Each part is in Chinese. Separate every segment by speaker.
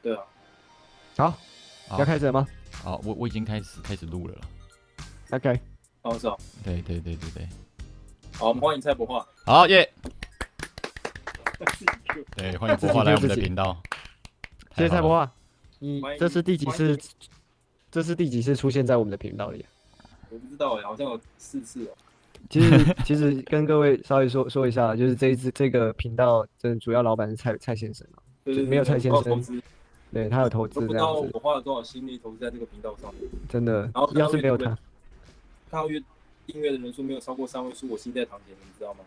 Speaker 1: 对啊，
Speaker 2: 好，
Speaker 3: 好
Speaker 2: 要开始了吗
Speaker 3: 好，我我已经开始开始录了啦。
Speaker 2: ？OK，
Speaker 1: 好是哦，
Speaker 3: 对对对对对，
Speaker 1: 好，我们欢迎蔡博化。
Speaker 3: 好耶对，欢迎
Speaker 2: 自
Speaker 3: 博
Speaker 2: 己
Speaker 3: 化来
Speaker 2: 就
Speaker 3: 我们
Speaker 2: 自
Speaker 3: 的
Speaker 2: 己
Speaker 3: 频道。
Speaker 2: 谢谢蔡
Speaker 3: 太好
Speaker 2: 博
Speaker 3: 了，
Speaker 2: 化，你
Speaker 1: 欢迎
Speaker 2: 这是第几
Speaker 1: 欢
Speaker 2: 次
Speaker 1: 迎？
Speaker 2: 这是第几次出现在我们的频道里啊？
Speaker 1: 我不知道哎，好像有四次哦。
Speaker 2: 其 实其实跟各位稍微说说一下，就是这一次这个频道的主要老板是蔡蔡先生啊，
Speaker 1: 对对，对
Speaker 2: 没有蔡先生
Speaker 1: 我不知道投资
Speaker 2: 对他有投
Speaker 1: 都
Speaker 2: 资
Speaker 1: 不知
Speaker 2: 这
Speaker 1: 道
Speaker 2: 样子，
Speaker 1: 我花了多少心力投资在这个频道上面。
Speaker 2: 真的
Speaker 1: 后，看到
Speaker 2: 要是没有
Speaker 1: 阅读
Speaker 2: 他，
Speaker 1: 看到阅订阅的人数没有超过三位数，我心在淌血，你知道吗？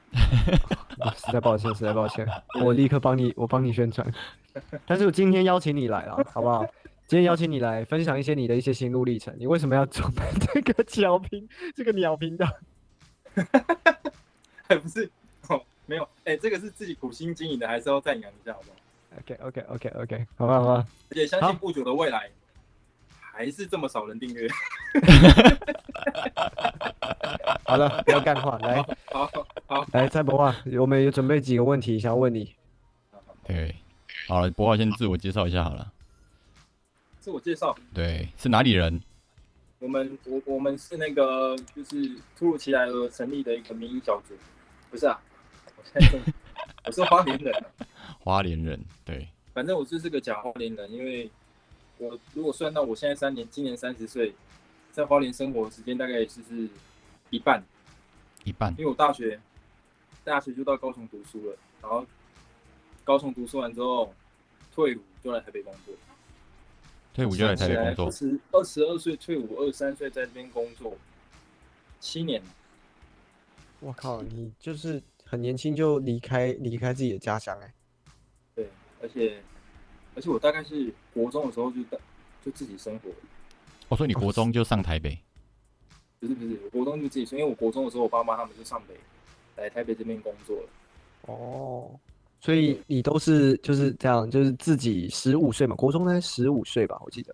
Speaker 2: 啊实在抱歉，实在抱歉，我立刻帮你，我帮你宣传。但是我今天邀请你来了，好不好？今天邀请你来分享一些你的一些心路历程，你为什么要创办这个 鸟频这个鸟频道？
Speaker 1: 还不是哦，没有哎，这个是自己苦心经营的，还是要赞扬一下，好不好？
Speaker 2: OK OK OK OK，好吧好吧，
Speaker 1: 而且相
Speaker 2: 好
Speaker 1: 信不久的未来，还是这么少人订阅。
Speaker 2: 好了，不要干话，来
Speaker 1: 好，
Speaker 2: 来蔡博化，我们有准备几个问题想问你。
Speaker 3: 对，好了，博化先自我介绍一下好了。
Speaker 1: 自我介绍，
Speaker 3: 对，是哪里人？
Speaker 1: 我们我我们是那个就是突如其来而成立的一个民意小组，不是啊？我现在正我是花莲人啊、
Speaker 3: 花莲人。对，
Speaker 1: 反正我就是个假花莲人，因为我如果算到我现在三年，今年三十岁，在花莲生活时间大概就是一半，
Speaker 3: 一半。
Speaker 1: 因为我大学大学就到高雄读书了，然后高雄读书完之后退伍就来台北工作，
Speaker 3: 退伍就来台北工
Speaker 1: 二
Speaker 3: 作。
Speaker 1: 十二十二岁退伍，二十三岁在这边工作，七年了。
Speaker 2: 我靠，你就是很年轻就离开离开自己的家乡哎、
Speaker 1: 对，而且而且我大概是国中的时候就大就自己生活了，啊
Speaker 3: 哦，所以你国中就上台北。
Speaker 1: 不是不是，我国中就自己生，因为我国中的时候我爸妈他们就上北来台北这边工作了。
Speaker 2: 哦，所以你都是就是这样，就是自己十五岁嘛，国中呢十五岁吧，我记得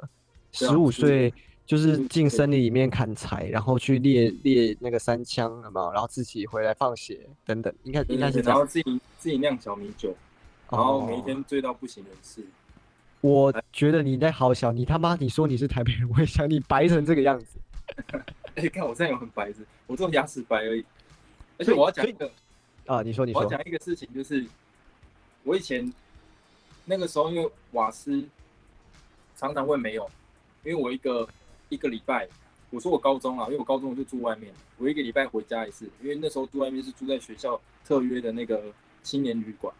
Speaker 1: 对
Speaker 2: 十
Speaker 1: 啊15
Speaker 2: 五
Speaker 1: 岁
Speaker 2: 岁就是
Speaker 1: 15
Speaker 2: 进
Speaker 1: 岁
Speaker 2: 森林里面砍柴，然后去猎猎那个山枪，有没有？然后自己回来放血等等，应该应该是这
Speaker 1: 然后
Speaker 2: 样。
Speaker 1: 自己自己酿小米酒，然后每一
Speaker 2: 哦
Speaker 1: 天醉到不省人事。
Speaker 2: 我觉得你在好小，你他妈你说你是台北人，我也想你白成这个样子。
Speaker 1: 哎、看我这样有很白痴，我只有牙齿白而已。而且我要讲一个，
Speaker 2: 啊，你说你
Speaker 1: 我要
Speaker 2: 说，
Speaker 1: 讲一个事情，就是我以前那个时候，因为瓦斯常常会没有，因为我一个一个礼拜，我说我高中啊，因为我高中我就住外面，我一个礼拜回家一次，因为那时候住外面是住在学校特约的那个青年旅馆，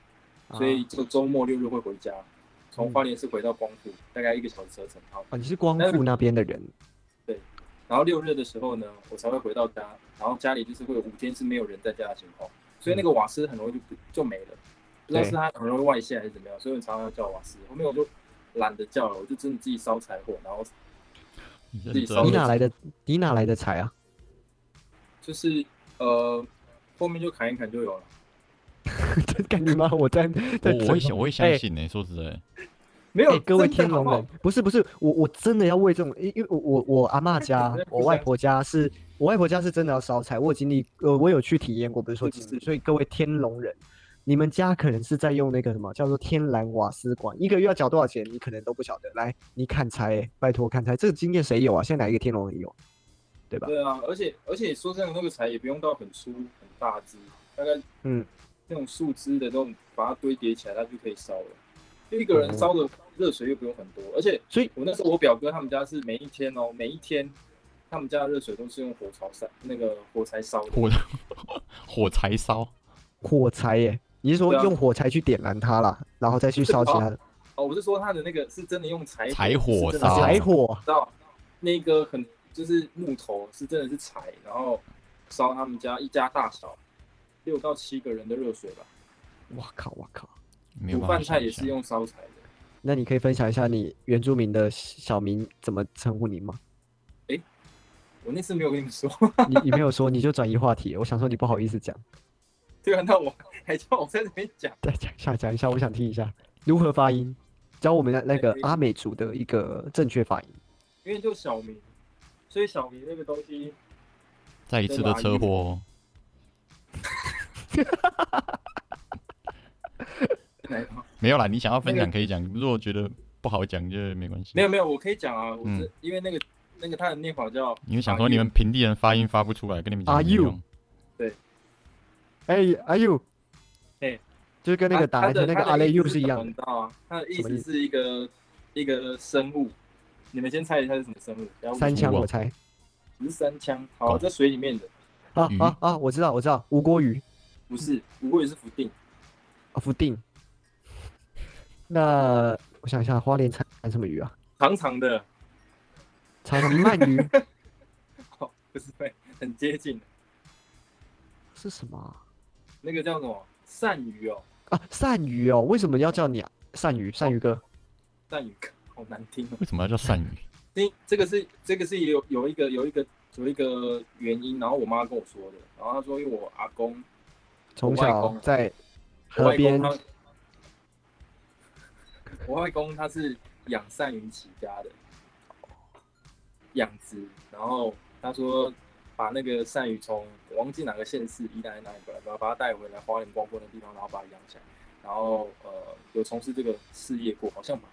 Speaker 1: 所以
Speaker 2: 啊
Speaker 1: 就周末六日会回家，
Speaker 2: 嗯
Speaker 1: 从花莲市回到光复，大概一个小时车程。好，
Speaker 2: 啊你是光
Speaker 1: 但是
Speaker 2: 复那边的人
Speaker 1: 然后六日的时候呢，我才会回到家，然后家里就是会有五天是没有人在家的情况，所以那个瓦斯很容易就不就没了，不知道
Speaker 2: 嗯对
Speaker 1: 是它很容易外泄还是怎么样，所以我常常要叫瓦斯。后面我就懒得叫了，我就真的自己烧柴火，然后
Speaker 3: 你
Speaker 1: 自
Speaker 3: 认
Speaker 1: 己
Speaker 3: 真
Speaker 1: 稍
Speaker 2: 你
Speaker 1: 微
Speaker 2: 哪来的你哪来的柴啊？
Speaker 1: 就是呃后面就砍一砍就有了。
Speaker 2: 干你妈！我在在
Speaker 3: 哦我我
Speaker 2: 整
Speaker 3: 会相我会
Speaker 2: 哎
Speaker 3: 相信呢、说实在，
Speaker 1: 没
Speaker 2: 哎、
Speaker 1: 有，
Speaker 2: 各位
Speaker 1: 真的
Speaker 2: 天
Speaker 1: 好
Speaker 2: 龙
Speaker 1: 不好
Speaker 2: 人，不是不是，我我真的要为这种，因因为我我我阿嬷 家
Speaker 1: 不是，
Speaker 2: 我外婆家是，我外婆家是真的要烧柴，我有经历，呃，我有去体验过，不是说
Speaker 1: 是
Speaker 2: 经
Speaker 1: 是
Speaker 2: 历，所以各位天龙人，你们家可能是在用那个什么叫做天然瓦斯管，一个月要缴多少钱，你可能都不晓得。来，你砍柴、拜托砍柴，这个经验谁有啊？现在哪一个天龙人有？对吧？
Speaker 1: 对啊，而且而且说真的，那个柴也不用到很粗很大枝，大概
Speaker 2: 嗯，
Speaker 1: 那种树枝的那种，把它堆叠起来，它就可以烧了。就一个人烧的热水又不用很多，而且
Speaker 2: 哦所以
Speaker 1: 我那时候我表哥他们家是每一天哦，每一天他们家的热水都是用火柴烧，那个火柴烧的。
Speaker 3: 火 火柴烧，
Speaker 2: 火柴耶、你是说
Speaker 1: 对啊
Speaker 2: 用火柴去点燃它啦，然后再去烧其他 的
Speaker 1: 哦，我是说他的那个是真的用柴
Speaker 3: 柴火
Speaker 1: 是真的
Speaker 3: 烧
Speaker 1: 是
Speaker 2: 柴
Speaker 1: 火
Speaker 2: 火？
Speaker 1: 到那个很就是木头是真的是柴，然后烧他们家一家大小六到七个人的热水吧，
Speaker 2: 我靠，我靠！
Speaker 3: 没有
Speaker 1: 煮
Speaker 3: 办法
Speaker 1: 饭菜
Speaker 3: 想
Speaker 1: 也
Speaker 3: 象
Speaker 1: 是。用烧柴的。
Speaker 2: 那你可以分享一下你原住民的小名怎么称呼你吗？
Speaker 1: 我那次没有跟你们说，
Speaker 2: 你你没有说，你就转移话题了。我想说你不好意思讲，
Speaker 1: 对啊，那我还叫我在这边讲。
Speaker 2: 再讲一下讲一下，我想听一下如何发音，教我们那那个
Speaker 1: 哎
Speaker 2: 阿美族的一个正确发音。
Speaker 1: 因为就小明，所以小明那个东西，
Speaker 3: 再一次的车祸哦，
Speaker 1: 哪一方哎
Speaker 3: 没有啦。你想要分享可以讲，如果觉得不好讲就没关系。
Speaker 1: 没有没有，我可以讲啊，我
Speaker 3: 嗯
Speaker 1: 是、因为那个那个他的念法叫
Speaker 3: 因为想说你们平地人发音发不出来，跟你们讲
Speaker 2: Are
Speaker 3: 没
Speaker 2: you？
Speaker 3: 有用
Speaker 2: 哎，哎呦，
Speaker 1: 哎，
Speaker 2: 就是跟那个打
Speaker 1: 他
Speaker 2: 篮球
Speaker 1: 的
Speaker 2: 那个
Speaker 1: 他
Speaker 2: 阿
Speaker 1: 的
Speaker 2: 雷
Speaker 1: 意
Speaker 2: 又
Speaker 1: 思
Speaker 2: 是一样
Speaker 1: 你
Speaker 2: 的，
Speaker 1: 知道啊，他的意
Speaker 2: 什
Speaker 1: 思
Speaker 2: 么意
Speaker 1: 是一个一个生物，你们先猜一下是什么生物？不要
Speaker 2: 三
Speaker 1: 问
Speaker 2: 枪
Speaker 3: 蜈蚣
Speaker 2: 我猜。
Speaker 1: 不是三枪，
Speaker 3: 搞
Speaker 1: 好，在水里面的
Speaker 2: 啊
Speaker 3: 鱼
Speaker 2: 啊啊！我知道，我知道，吴锅鱼
Speaker 1: 不是，不过也是浮定，
Speaker 2: 啊，福定。那我想一下，花莲产产什么鱼啊？
Speaker 1: 长长的，
Speaker 2: 产什么鳗 鱼？
Speaker 1: 哦，不是， 对，很接近，
Speaker 2: 是什么啊
Speaker 1: 那个叫什么鳝鱼哦，
Speaker 2: 啊？鳝鱼哦，为什么要叫你啊鳝鱼？鳝鱼哥，
Speaker 1: 鳝鱼 好难听哦。
Speaker 3: 为什么要叫鳝鱼？
Speaker 1: 这这个是这个是有有一个有一个有一个原因，然后我妈跟我说的，然后她说因为我阿公
Speaker 2: 从
Speaker 1: 外
Speaker 2: 小
Speaker 1: 公啊我
Speaker 2: 在河
Speaker 1: 外公
Speaker 2: 边
Speaker 1: 他，我外公他是养鳝鱼起家的，养殖。然后他说把那个鳝鱼从我忘记哪个县市，宜兰还是哪里过来，把把它带回来花莲光坡那地方，然后把它养起来。然后呃，有从事这个事业过，好像吧。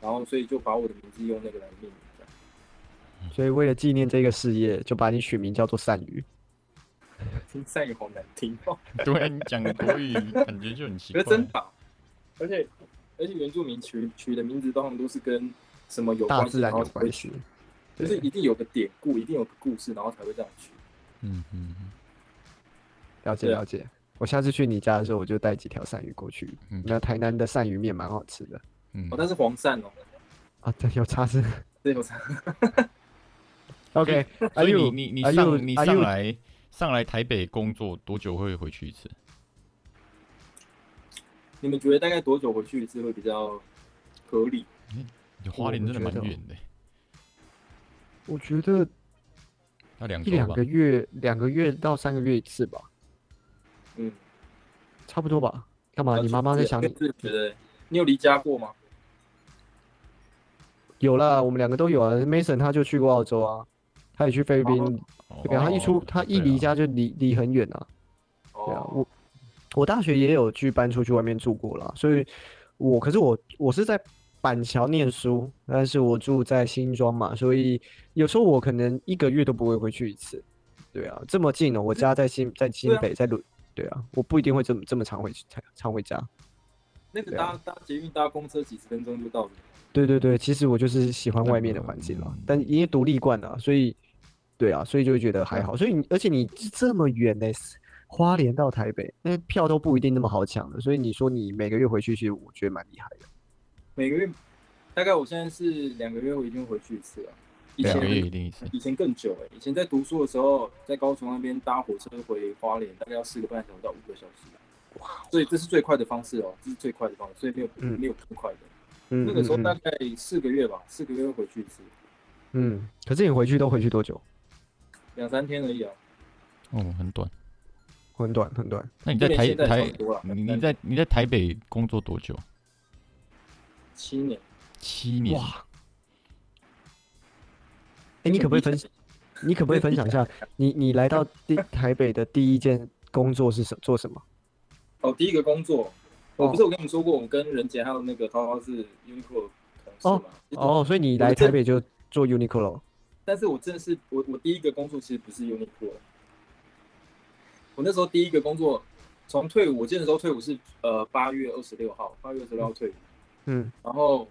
Speaker 1: 然后所以就把我的名字用那个来命名，这样
Speaker 2: 所以为了纪念这个事业，就把你取名叫做鳝鱼。
Speaker 1: 听鳝鱼好难听哦。
Speaker 3: 对啊，你讲国语感觉就很奇
Speaker 1: 可
Speaker 3: 怪。
Speaker 1: 是真打，而且而且原住民取取的名字通常都是跟什么有
Speaker 2: 大
Speaker 1: 关系，
Speaker 2: 自然
Speaker 1: 然后
Speaker 2: 有
Speaker 1: 才会
Speaker 2: 关
Speaker 1: 取
Speaker 2: 系，
Speaker 1: 就是一定有个典故，一定有个故事，然后才会这样取。
Speaker 3: 嗯嗯嗯
Speaker 2: 了解
Speaker 1: 对啊
Speaker 2: 了解。我下次去你家的时候，我就带几条鳝鱼过去。
Speaker 3: 嗯
Speaker 2: 那台南的鳝鱼面蛮好吃的
Speaker 3: 嗯
Speaker 1: 哦，，但是黄鳝哦，
Speaker 2: 啊，对，有差 是。
Speaker 1: 对，有鳝
Speaker 2: OK，
Speaker 3: 所以
Speaker 2: 哎
Speaker 3: 你
Speaker 2: 呦
Speaker 3: 你你
Speaker 2: 哎呦
Speaker 3: 上你
Speaker 2: 哎
Speaker 3: 上
Speaker 2: 呦
Speaker 3: 来上来台北工作多久会回去一次？
Speaker 1: 你们觉得大概多久回去一次会比较合理？
Speaker 3: 你花莲真的蛮远的，
Speaker 2: 我觉得
Speaker 3: 要两
Speaker 2: 一
Speaker 3: 周
Speaker 2: 两
Speaker 3: 吧
Speaker 2: 个。月，两个月到三个月一次吧，
Speaker 1: 嗯，
Speaker 2: 差不多吧。干嘛？
Speaker 1: 了
Speaker 2: 啊你
Speaker 1: 解
Speaker 2: 妈妈在想
Speaker 1: 这
Speaker 2: 你
Speaker 1: 个？是觉得你有离家过吗？
Speaker 2: 有啦，我们两个都有啊。Mason 他就去过澳洲啊，他也去菲律宾。
Speaker 3: 哦
Speaker 2: 对啊，他一出他一离，家就离离很远啊。对啊，
Speaker 1: 哦，
Speaker 2: 我我大学也有去搬出去外面住过啦，所以我可是我我是在板桥念书，但是我住在新庄嘛，所以有时候我可能一个月都不会回去一次。对啊，这么近哦，我家在新在新
Speaker 1: 对啊
Speaker 2: 北，在伦，对啊，我不一定会这么这么常回去常回家。
Speaker 1: 那个
Speaker 2: 对啊
Speaker 1: 搭搭捷运搭公车几十分钟就到了。
Speaker 2: 对对对，其实我就是喜欢外面的环境啦，但因为独立惯了，所以对啊，所以就会觉得还好。所以你而且你这么远呢、花莲到台北，那票都不一定那么好抢的，所以你说你每个月回去，其实我觉得蛮厉害的。
Speaker 1: 每个月大概我现在是两个月，我一定会回去一次啊。以
Speaker 3: 两
Speaker 1: 前
Speaker 3: 个月一定一次。
Speaker 1: 以前更久哎、以前在读书的时候，在高雄那边搭火车回花莲，大概要四个半小时到五个小时。哇！所以这是最快的方式哦，这是最快的方式，所以没有、
Speaker 2: 哦嗯
Speaker 1: 没有更快的。
Speaker 2: 嗯，
Speaker 1: 那个时候
Speaker 2: 嗯
Speaker 1: 大
Speaker 2: 嗯
Speaker 1: 概四个月吧，四个月回去一次，
Speaker 2: 嗯，可是你回去都回去多久？
Speaker 1: 两三天而已啊。
Speaker 3: 哦，很短。
Speaker 2: 很短很短，
Speaker 3: 那你在
Speaker 1: 因为
Speaker 3: 台
Speaker 1: 现在差
Speaker 3: 台
Speaker 1: 不多了，
Speaker 3: 你你在你在台北工作多久？
Speaker 1: 七年。
Speaker 3: 七年。
Speaker 2: 哇！哎，你可不可以分？你可不可以分享一下你你来到第台北的第一件工作是什做什么？
Speaker 1: 哦，第一个工作，我
Speaker 2: 哦
Speaker 1: 不是我跟你们说过，我跟任杰还有那个涛涛是 Uniqlo 同事嘛？其实
Speaker 2: 哦，所以你来台北就做 Uniqlo
Speaker 1: 但是我真的是我我第一个工作其实不是 Uniqlo，我那时候第一个工作从退伍，我记得那时候退伍是呃八月二十六号，八月二十六号退伍，
Speaker 2: 嗯。
Speaker 1: 然后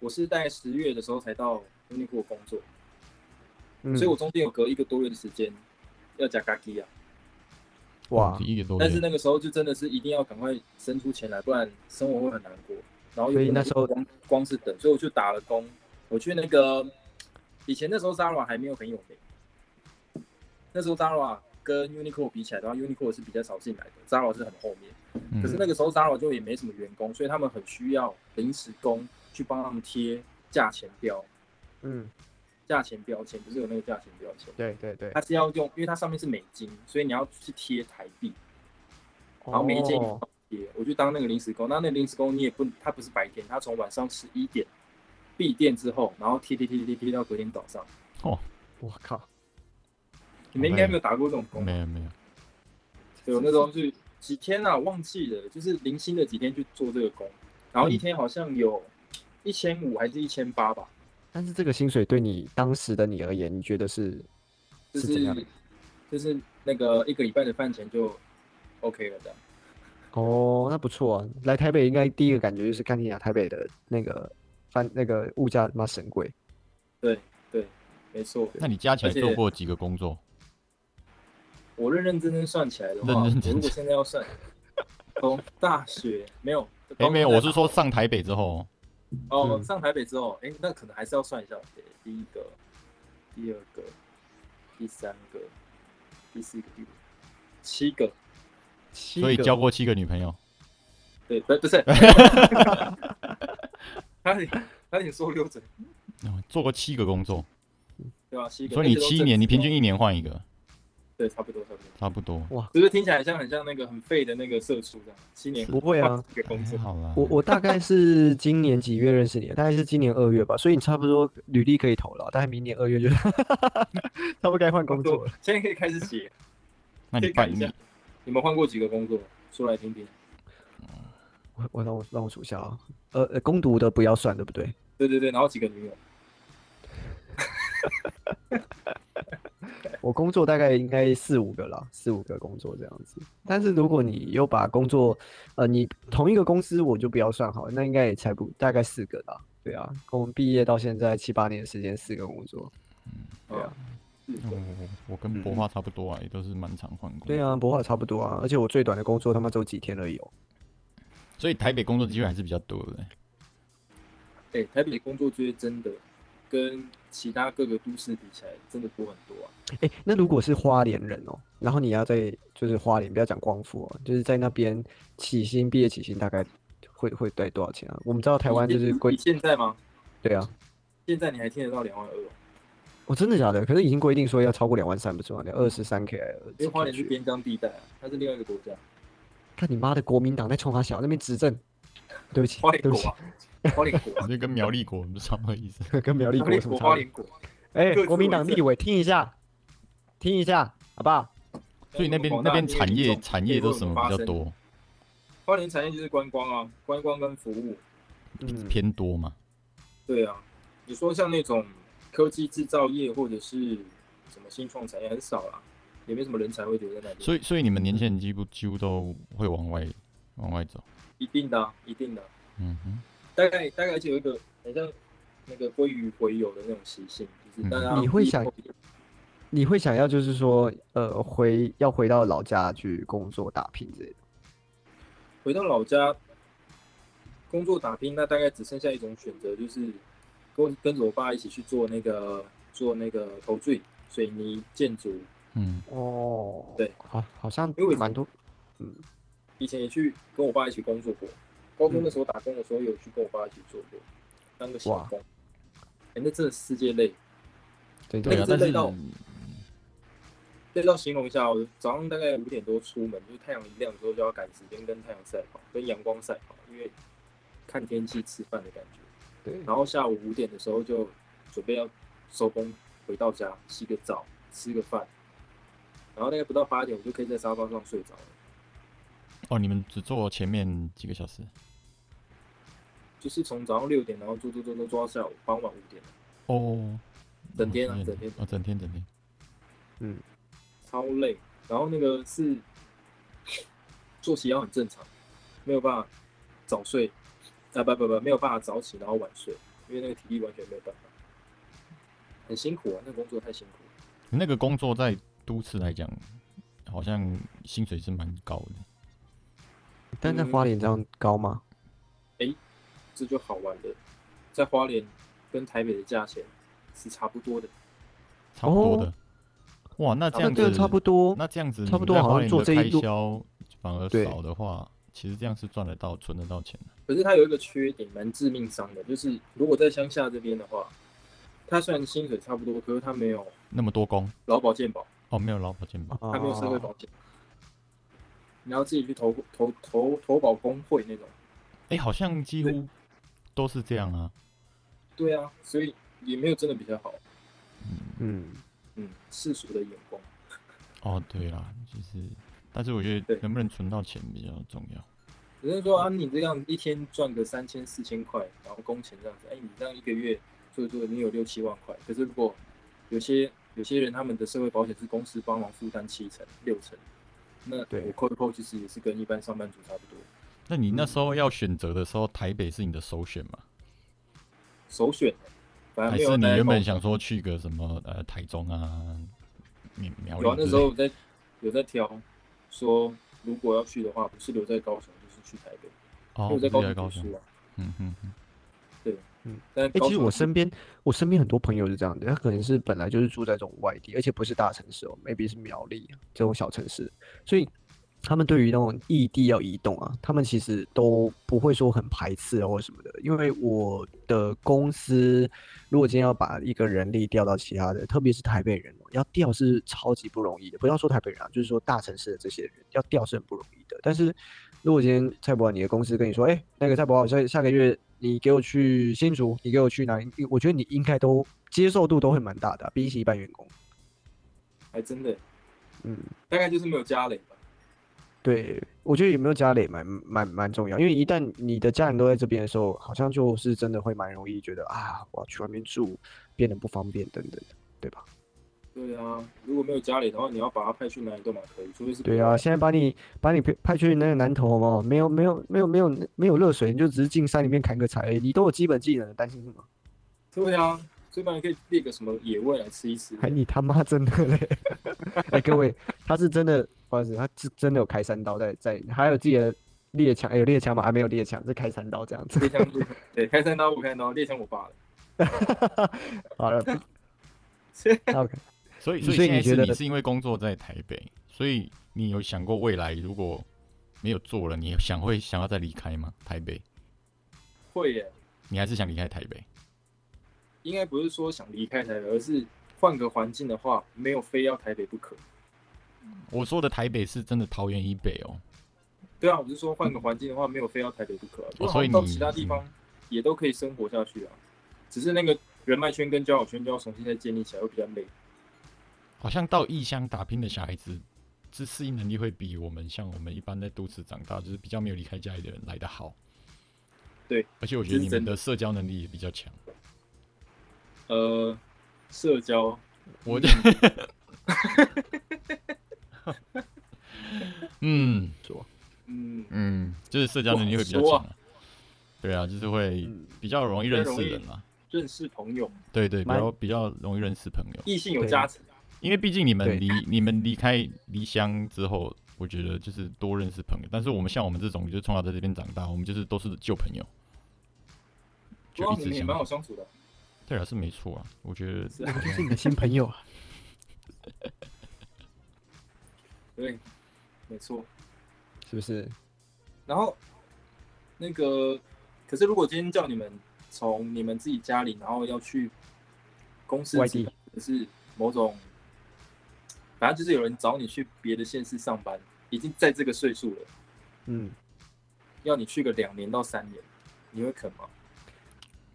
Speaker 1: 我是在十月的时候才到 Uniqlo 工作，
Speaker 2: 嗯，
Speaker 1: 所以我中间有隔一个多月的时间要加 g a k i 啊，
Speaker 2: 哇，
Speaker 3: 哦一个多月。
Speaker 1: 但是那个时候就真的是一定要赶快生出钱来，不然生活会很难过。然后又
Speaker 2: 所以那时候
Speaker 1: 光光是等，所以我就打了工，我去那个以前那时候 Zara 还没有很有名，那时候 Zara 跟 Uniqlo 比起来的话，Uniqlo 是比较少进来的，Zara 是很后面。
Speaker 3: 嗯
Speaker 1: 可是那个时候 Zara 就也没什么员工，所以他们很需要临时工去帮他们贴价钱标，
Speaker 2: 嗯，
Speaker 1: 价钱标签不是有那个价钱标签，
Speaker 2: 对对对，
Speaker 1: 它是要用，因为它上面是美金，所以你要去贴台币。然后每一间
Speaker 2: 哦
Speaker 1: 也，我就当那个临时工。那那个临时工你也不，他不是白天，他从晚上十一点闭店之后，然后贴贴贴贴贴贴到隔天早上。
Speaker 2: 我靠，
Speaker 1: 你们应该没有打过这种工吧，
Speaker 3: 没有没有，
Speaker 1: 对，我那时候是
Speaker 2: 嗯
Speaker 1: 几天啊，忘记了，就是零星的几天去做这个工，然后一天好像有一千五还是一千八吧，
Speaker 2: 但是这个薪水对你当时的你而言，你觉得是
Speaker 1: 就是
Speaker 2: 怎样的
Speaker 1: 是？就是那个一个礼拜的饭钱就 OK 了的。
Speaker 2: 哦，那不错啊。来台北应该第一个感觉就是看你俩台北的那个饭那个物价他妈神贵。
Speaker 1: 对对，没错。
Speaker 3: 那你加起来
Speaker 1: 而且
Speaker 3: 做过几个工作？
Speaker 1: 我认认真真算起来的话，
Speaker 3: 认认真真
Speaker 1: 我如果现在要 算，从大学没有，
Speaker 3: 哎，没有，我
Speaker 1: 从
Speaker 3: 是说上台北之后，
Speaker 1: 哦，
Speaker 2: 嗯
Speaker 1: 上台北之后，哎、那可能还是要算一下。对第一个，第二个，第三个，第四个，第五个，七个。
Speaker 2: 所
Speaker 3: 所以交过七个女朋友。
Speaker 1: 对，不不 是，他得他得说溜嘴，
Speaker 3: 嗯做过七个工作，
Speaker 1: 对吧、七个。
Speaker 3: 所以你
Speaker 1: 而且都
Speaker 3: 七
Speaker 1: 正
Speaker 3: 年，你
Speaker 1: 职
Speaker 3: 平
Speaker 1: 哦
Speaker 3: 均一年换一个，
Speaker 1: 对，差不多差不多。
Speaker 3: 差不多。
Speaker 1: 是不是听起来像很像那个很废的那个社畜这样？七年
Speaker 2: 不会啊，
Speaker 1: 一个工
Speaker 3: 还
Speaker 1: 作。
Speaker 3: 哎好啦。
Speaker 2: 我我大概是今年几月认识你的？大概是今年二月吧，所以你差不多履历可以投了，大概明年二月就差不多该换工 作了。
Speaker 1: 现在可以开始写，
Speaker 3: 那
Speaker 1: 可
Speaker 3: 你
Speaker 1: 以
Speaker 3: 半
Speaker 1: 看一下
Speaker 3: 你，
Speaker 1: 你们换过几个工作？说来听听。
Speaker 2: 我我让我让我数一下啊，呃，呃攻读的不要算，对不对？
Speaker 1: 对对对，然后几个女友？
Speaker 2: 我工作大概应该四五个啦，四五个工作这样子。但是如果你又把工作，呃，你同一个公司我就不要算好了，那应该也才不大概四个啦。对啊，我们毕业到现在七八年的时间，四个工作。对啊
Speaker 1: 嗯，四
Speaker 3: 我
Speaker 1: 个
Speaker 3: 我我跟博化差不多啊，也都是蛮常换工作。
Speaker 2: 对啊，博化差不多啊，而且我最短的工作他妈只有几天而已哦。
Speaker 3: 所以台北工作机会还是比较多的。
Speaker 1: 哎、台北工作就会真的跟其他各个都市比起来，真的多很多啊。
Speaker 2: 哎、那如果是花莲人哦，然后你要在就是花莲，不要讲光复哦，就是在那边起薪毕业起薪大概会会对多少钱啊？我们知道台湾就
Speaker 1: 你
Speaker 2: 是
Speaker 1: 你
Speaker 2: 规
Speaker 1: 你现在吗？
Speaker 2: 对啊，
Speaker 1: 现在你还听得到两万二、哦？
Speaker 2: 我、真的假的？可是已经规定说要超过两万三不是吗？二十三 k
Speaker 1: 因为花莲是
Speaker 2: 去，
Speaker 1: 边疆地带啊，它是另外一个国家。
Speaker 2: 看你妈的国民党在冲他小那边执政，对不起，
Speaker 1: 花
Speaker 2: 对
Speaker 1: 莲
Speaker 2: 不
Speaker 1: 国
Speaker 2: 起，
Speaker 1: 啊， 花莲 国、啊，
Speaker 3: 就跟苗栗国不是差不多 意思。
Speaker 2: 跟苗栗
Speaker 1: 苗
Speaker 2: 国
Speaker 1: 栗
Speaker 2: 有什
Speaker 1: 国，
Speaker 2: 么
Speaker 1: 花
Speaker 2: 差别？
Speaker 1: 莲国。啊
Speaker 2: 哎、
Speaker 1: 各自
Speaker 2: 国民
Speaker 1: 为
Speaker 2: 党立
Speaker 1: 政
Speaker 2: 委听一下，听一下好不好？
Speaker 3: 所以那边
Speaker 1: 广
Speaker 3: 那
Speaker 1: 大
Speaker 3: 边
Speaker 1: 民
Speaker 3: 产业
Speaker 1: 众
Speaker 3: 产业都什么比较？
Speaker 1: 可以为我们发声
Speaker 3: 多？
Speaker 1: 花莲产业就是观光啊，观光跟服务。
Speaker 2: 嗯，
Speaker 3: 偏多嘛？
Speaker 1: 对啊，你说像那种科技制造业或者是什么新创产业很少啦、也没什么人才会留在那边。
Speaker 3: 所以所以你们年轻人几乎几乎都会往外往外走。
Speaker 1: 一定的、啊，一定的啊、
Speaker 3: 嗯哼，
Speaker 1: 大概大概就有一个很像那个鲑鱼洄游的那种习性，就是大家
Speaker 2: 嗯你会想你会想要就是说，呃，回要回到老家去工作打拼之类的。
Speaker 1: 回到老家工作打拼，那大概只剩下一种选择，就是跟我跟着我爸一起去做那个做那个投坠、水泥建筑。
Speaker 3: 嗯，
Speaker 2: 哦，
Speaker 1: 对，
Speaker 2: 好，好像
Speaker 1: 因为
Speaker 2: 蛮多，
Speaker 1: 以前也去跟我爸一起工作过，高中的时候打工的时候有去跟我爸一起做过，当个小工。哎、那真的世界累，
Speaker 2: 对
Speaker 3: 对
Speaker 1: 那
Speaker 3: 啊，
Speaker 1: 个
Speaker 3: 但是
Speaker 1: 味道累到形容一下哦，我早上大概五点多出门，就是太阳一亮之后就要赶时间跟太阳赛跑，跟阳光赛跑，因为看天气吃饭的感觉。
Speaker 2: 对，
Speaker 1: 然后下午五点的时候就准备要收工回到家，洗个澡，吃个饭，然后大概不到八点我就可以在沙发上睡着了，
Speaker 3: 哦，你们只做前面几个小时。
Speaker 1: 就是从早上六点然后做做做做做到下午傍晚五点，
Speaker 3: 哦，
Speaker 1: 整天啊
Speaker 3: 哦
Speaker 1: 整天
Speaker 3: 哦，整天整天。
Speaker 2: 嗯，
Speaker 1: 超累。然后那个是作息要很正常，没有办法早睡，啊不不不，没有办法早起然后晚睡，因为那个体力完全没有办法，很辛苦啊，那个工作太辛苦了。
Speaker 3: 那个工作在都市来讲，好像薪水是蛮高的。
Speaker 2: 但在
Speaker 1: 嗯
Speaker 2: 花莲这样高吗？
Speaker 1: 这就好玩了，在花莲跟台北的价钱是差不多的。
Speaker 3: 差不多的。哇，那这
Speaker 1: 啊
Speaker 3: 样
Speaker 2: 哦那对，
Speaker 3: 子
Speaker 2: 哦差不多。
Speaker 3: 那这样子
Speaker 2: 差不多好像做这一
Speaker 3: 开
Speaker 2: 路
Speaker 3: 销反而
Speaker 2: 对
Speaker 3: 少的话，其实这样是赚得到、存得到钱的。
Speaker 1: 可是它有一个缺点，蛮致命伤的，就是如果在乡下这边的话，它虽然薪水差不多，可是它没有
Speaker 3: 那么多工
Speaker 1: 劳保健保，
Speaker 3: 哦，没有劳保健保，
Speaker 1: 它没有社会
Speaker 2: 哦
Speaker 1: 保险，你要自己去投投投投保工会那种。
Speaker 3: 哎、好像几乎都是这样啊。
Speaker 1: 对啊，所以也没有真的比较好。
Speaker 2: 嗯，
Speaker 1: 嗯，世俗的眼光，
Speaker 3: 哦，对啦，就是，但是我觉得
Speaker 1: 对
Speaker 3: 能不能存到钱比较重要。
Speaker 1: 只是说啊，你这样一天赚个三千四千块，然后工钱这样子，哎，你这样一个月做一做，你有六七万块。可是如果有些有些人他们的社会保险是公司帮忙负担七成六成，那
Speaker 2: 对
Speaker 1: 我扣一扣，其实也是跟一般上班族差不多。
Speaker 3: 那你
Speaker 2: 嗯
Speaker 3: 那时候要选择的时候，台北是你的首选吗？
Speaker 1: 首选，反正
Speaker 3: 还
Speaker 1: 没有
Speaker 3: 是你
Speaker 1: 来
Speaker 3: 原本
Speaker 1: 报
Speaker 3: 想说去个什么呃台中啊、苗苗
Speaker 1: 有啊，
Speaker 3: 栗
Speaker 1: 那
Speaker 3: 之
Speaker 1: 时候
Speaker 3: 类
Speaker 1: 我在有在挑，说如果要去的话，不是留在高雄，就是去台北，
Speaker 3: 哦，
Speaker 1: 因为我在
Speaker 3: 不是
Speaker 1: 雄
Speaker 3: 高
Speaker 1: 读书啊。
Speaker 3: 嗯嗯嗯，
Speaker 1: 但
Speaker 2: 哎、
Speaker 1: 高
Speaker 2: 其实
Speaker 1: 雄
Speaker 2: 我身边我身边很多朋友是这样的，他可能是本来就是住在这种外地，而且不是大城市哦，maybe 是苗栗这种小城市，所以他们对于那种异地要移动啊，他们其实都不会说很排斥啊或什么的。因为我的公司如果今天要把一个人力调到其他的，特别是台北人哦，要调是超级不容易的。不要说台北人啊，就是说大城市的这些人要调是很不容易的，但是。如果今天蔡博，你的公司跟你说，哎、那个蔡博，下下个月你给我去新竹，你给我去哪里？我觉得你应该都接受度都会蛮大的啊、比起一般员工。
Speaker 1: 还真的
Speaker 2: 嗯，
Speaker 1: 大概就是没有家累吧。
Speaker 2: 对，我觉得有没有家里蛮蛮蛮重要，因为一旦你的家人都在这边的时候，好像就是真的会蛮容易觉得啊，我要去外面住，变得不方便等等的，对吧？
Speaker 1: 对啊，如果没有家里的话，你要把他派去哪里都蛮可以，除非是
Speaker 2: 对啊，，现在把你把你派派去那个南投嘛，没有没有没有没有没有热水，你就只是进山里面砍个柴而已，你都有基本技能，担心什么？
Speaker 1: 对啊，最然你可以列个什么野味来吃一吃。
Speaker 2: 还哎你他妈真的嘞！ 哎、各位，他是真的，不好意思，他是真的有开山刀在在，还有自己的猎枪，哎有猎枪吗？还没有猎枪，是开山刀这样子。
Speaker 1: 猎枪猎对，开山刀不开刀，猎枪我爸的。
Speaker 2: 好了，那 OK，
Speaker 3: 所以
Speaker 2: 所
Speaker 3: 所
Speaker 2: 以
Speaker 3: 以现
Speaker 2: 你
Speaker 3: 在
Speaker 2: 觉
Speaker 3: 是
Speaker 2: 得
Speaker 3: 你是因为工作在台北，所以你有想过未来如果没有做了，你想会想要再离开吗？台北，
Speaker 1: 会耶，
Speaker 3: 你还是想离开台北？
Speaker 1: 应该不是说想离开台北，而是换个环境的话，没有非要台北不可。
Speaker 3: 我说的台北是真的桃园以北哦。
Speaker 1: 对啊，我是说换个环境的话，没有非要台北不可、啊，就好
Speaker 3: 哦所以
Speaker 1: 像到
Speaker 3: 你嗯
Speaker 1: 其他地方也都可以生活下去啊。只是那个人脉圈跟交友圈就要重新再建立起来，会比较累。
Speaker 3: 好像到异乡打拼的小孩子，这适应能力会比我们像我们一般在都市长大，就是比较没有离开家里的人来得好。
Speaker 1: 对，
Speaker 3: 而且我觉
Speaker 1: 这
Speaker 3: 得
Speaker 1: 是
Speaker 3: 你们
Speaker 1: 真的
Speaker 3: 的社交能力也比较强。
Speaker 1: 呃，社交，
Speaker 3: 我就，嗯
Speaker 1: 嗯，
Speaker 3: 嗯，就是社交能力会比较
Speaker 1: 哇
Speaker 3: 强、
Speaker 1: 好
Speaker 3: 啊。对啊，就是会
Speaker 2: 嗯
Speaker 3: 比较容易认
Speaker 1: 比较
Speaker 3: 识
Speaker 1: 容易
Speaker 3: 人啦、
Speaker 1: 认识朋友，
Speaker 3: 对对，比
Speaker 2: 蛮
Speaker 3: 较比较容易认识朋友。
Speaker 1: 异性有
Speaker 2: 对
Speaker 1: 加成，啊
Speaker 3: 因为毕竟你
Speaker 2: 对
Speaker 3: 们离你们离开离乡之后，我觉得就是多认识朋友。但是我们像我们这种，就是从小在这边长大，我们就是都是旧朋友，
Speaker 1: 不
Speaker 3: 就
Speaker 1: 过
Speaker 3: 一
Speaker 1: 你
Speaker 3: 直
Speaker 1: 们也
Speaker 3: 想
Speaker 1: 蛮好相处的。
Speaker 3: 对啊，是没错啊。我觉得
Speaker 1: 是
Speaker 2: 我就是你的新朋友啊。
Speaker 1: 对，没错。
Speaker 2: 是不是？
Speaker 1: 然后那个，可是如果今天叫你们从你们自己家里，然后要去公司
Speaker 2: 外
Speaker 1: 职
Speaker 2: 地
Speaker 1: 或者是某种，反正就是有人找你去别的县市上班，已经在这个岁数了，
Speaker 2: 嗯，
Speaker 1: 要你去个两年到三年，你会肯吗？